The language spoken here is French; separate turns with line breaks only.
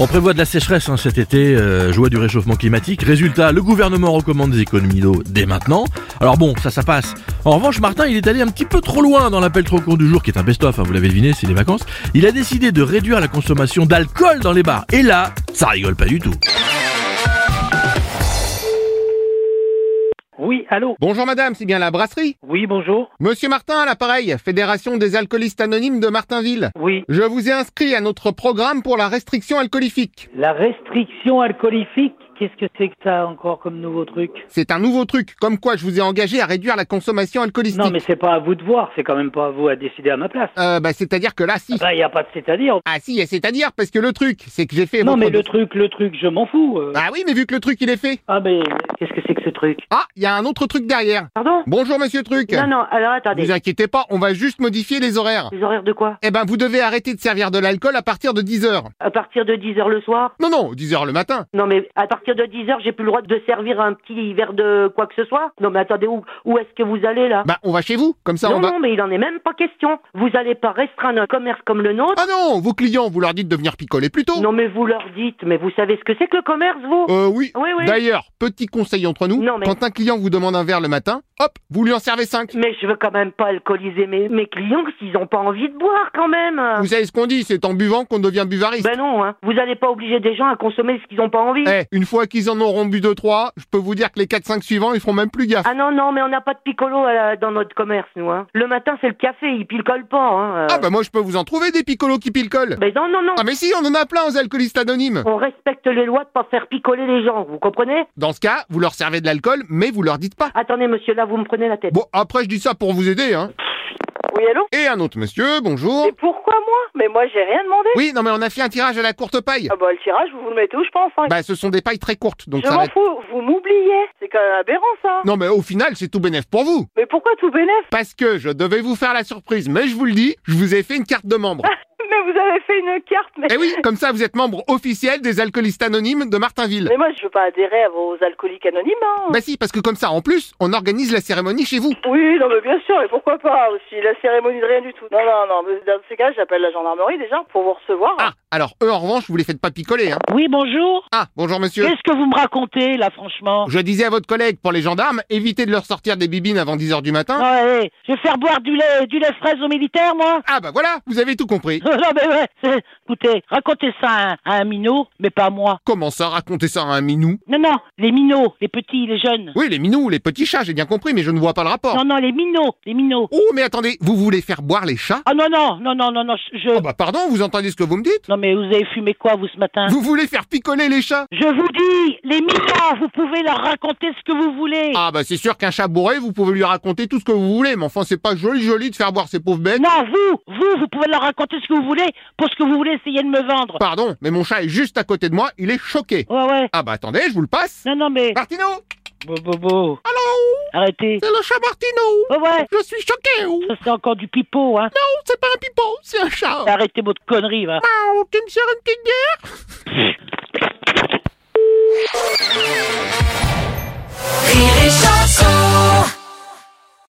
On prévoit de la sécheresse hein, cet été, euh, joie du réchauffement climatique. Résultat, le gouvernement recommande des économies d'eau dès maintenant. Alors bon, ça, ça passe. En revanche, Martin, il est allé un petit peu trop loin dans l'appel trop court du jour, qui est un best-of, hein, vous l'avez deviné, c'est les vacances. Il a décidé de réduire la consommation d'alcool dans les bars. Et là, ça rigole pas du tout.
Oui, allô
Bonjour madame, c'est bien la brasserie
Oui, bonjour.
Monsieur Martin à l'appareil, Fédération des alcoolistes anonymes de Martinville.
Oui.
Je vous ai inscrit à notre programme pour la restriction alcoolifique.
La restriction alcoolifique, qu'est-ce que c'est que ça encore comme nouveau truc
C'est un nouveau truc, comme quoi je vous ai engagé à réduire la consommation alcoolistique.
Non, mais c'est pas à vous de voir, c'est quand même pas à vous à décider à ma place.
Euh, bah c'est-à-dire que
Ah,
là, si.
Bah, y a pas de c'est-à-dire.
Ah si, et c'est-à-dire, parce que le truc, c'est que j'ai fait...
Non,
votre-
mais le truc, le truc, je m'en fous. euh.
Ah oui, mais vu que le truc, il est fait.
Ah, mais qu'est-ce que c'est que ce truc
Ah, il y a un autre truc derrière.
Pardon
Bonjour monsieur Truc.
Non, non, alors
Vous
attendez.
inquiétez pas, on va juste modifier les horaires.
Les horaires de quoi
Eh ben, vous devez arrêter de servir de l'alcool à partir de 10h.
À partir de 10h le soir
Non, non, 10h le matin.
Non, mais à partir de 10h, j'ai plus le droit de servir un petit verre de quoi que ce soit Non, mais attendez, où, où est-ce que vous allez là
Bah, on va chez vous, comme ça
Non,
on va...
non, mais il en est même pas question. Vous allez pas restreindre un commerce comme le nôtre
Ah non, vos clients, vous leur dites de venir picoler plus tôt.
Non, mais vous leur dites, mais vous savez ce que c'est que le commerce, vous
Ah, Euh, oui.
Oui, oui.
D'ailleurs, petit conseil entre nous,
Non, mais-
quand un client vous demande un verre le matin, hop, vous lui en servez cinq.
Mais je veux quand même pas alcooliser mes, mes clients s'ils ont pas envie de boire quand même.
Vous savez ce qu'on dit, c'est en buvant qu'on devient buvariste.
Ben non, hein. Vous allez pas obliger des gens à consommer ce qu'ils ont pas envie.
Eh, une fois qu'ils en auront bu deux, trois, je peux vous dire que les quatre, cinq suivants, ils feront même plus gaffe.
Ah non, non, mais on n'a pas de piccolo à la- dans notre commerce, nous. Hein. Le matin, c'est le café, ils picolent pas. Hein, euh. Bah
Ah bah moi, je peux vous en trouver des picolos qui picolent.
Mais non, non, non.
Ah bah. mais si, on en a plein aux alcoolistes anonymes.
On respecte les lois de pas faire picoler les gens, vous comprenez
Dans ce cas, vous leur servez de l'alcool, mais vous leur dites pas.
Attendez, monsieur, là, vous me prenez la tête.
Bon, après, je dis ça pour vous aider, hein.
Oui, allô
Et un autre monsieur, bonjour.
Et pourquoi moi Mais moi, j'ai rien demandé.
Oui, non mais on a fait un tirage à la courte paille.
Ah bah, le tirage, vous vous le mettez où, je pense. hein.
Bah, ce sont des pailles très courtes, donc
je
ça va
m'en
être...
fous, vous m'oubliez. C'est quand même aberrant, ça.
Non mais au final, c'est tout bénéf pour vous.
Mais pourquoi tout bénef
Parce que je devais vous faire la surprise, mais je vous le dis, je vous ai fait une carte de membre.
Mais vous avez fait une carte, mais...
Eh oui, comme ça vous êtes membre officiel des alcoolistes anonymes de Martinville.
Mais moi, je veux pas adhérer à vos alcooliques anonymes, hein.
Bah si, parce que comme ça, en plus, on organise la cérémonie chez vous.
Oui, non, mais bien sûr, et pourquoi pas aussi La cérémonie de rien du tout. Non, non, non, mais dans ces cas, j'appelle la gendarmerie, déjà, pour vous recevoir. hein.
Ah, alors eux, en revanche, vous les faites pas picoler, hein.
Oui, bonjour.
Ah, bonjour monsieur.
Qu'est-ce que vous me racontez, là, franchement
Je disais à votre collègue, pour les gendarmes, évitez de leur sortir des bibines avant 10h du matin.
Ouais, ouais, Je vais faire boire du lait, du lait fraise aux militaires, moi
Ah bah voilà, vous avez tout compris.
Non, mais ouais. c'est- Écoutez, racontez ça à un, à un minot, mais pas à moi.
Comment ça, raconter ça à un minou
Non, non, les minots, les petits, les jeunes.
Oui, les minous, les petits chats, j'ai bien compris, mais je ne vois pas le rapport.
Non, non, les minots, les minots.
Oh, mais attendez, vous voulez faire boire les chats
Ah non, non, non, non, non, non, je...
Oh bah pardon, vous entendez ce que vous me dites
Non, mais vous avez fumé quoi, vous, ce matin
Vous voulez faire picoler les chats
Je vous dis, les
Ah,
minots, vous pouvez leur raconter ce que vous voulez.
Ah bah c'est sûr qu'un chat bourré, vous pouvez lui raconter tout ce que vous voulez, mais enfin c'est pas joli joli de faire boire ces pauvres bêtes.
Non, vous, vous, vous pouvez leur raconter ce que vous voulez pour ce que vous voulez essayer de me vendre.
Pardon, mais mon chat est juste à côté de moi, il est choqué.
Ouais, ouais.
Ah bah attendez, je vous le passe.
Non, non, mais...
Martino
Bon, bon, bon.
Allô
Arrêtez.
C'est le chat Martino
Ouais, ouais.
Je suis choqué oh.
Ça serait encore du pipeau, hein
Non, c'est pas un pipeau, c'est un chat
Arrêtez votre connerie, va.
Miaou, Tu me sers une petite bière
Rire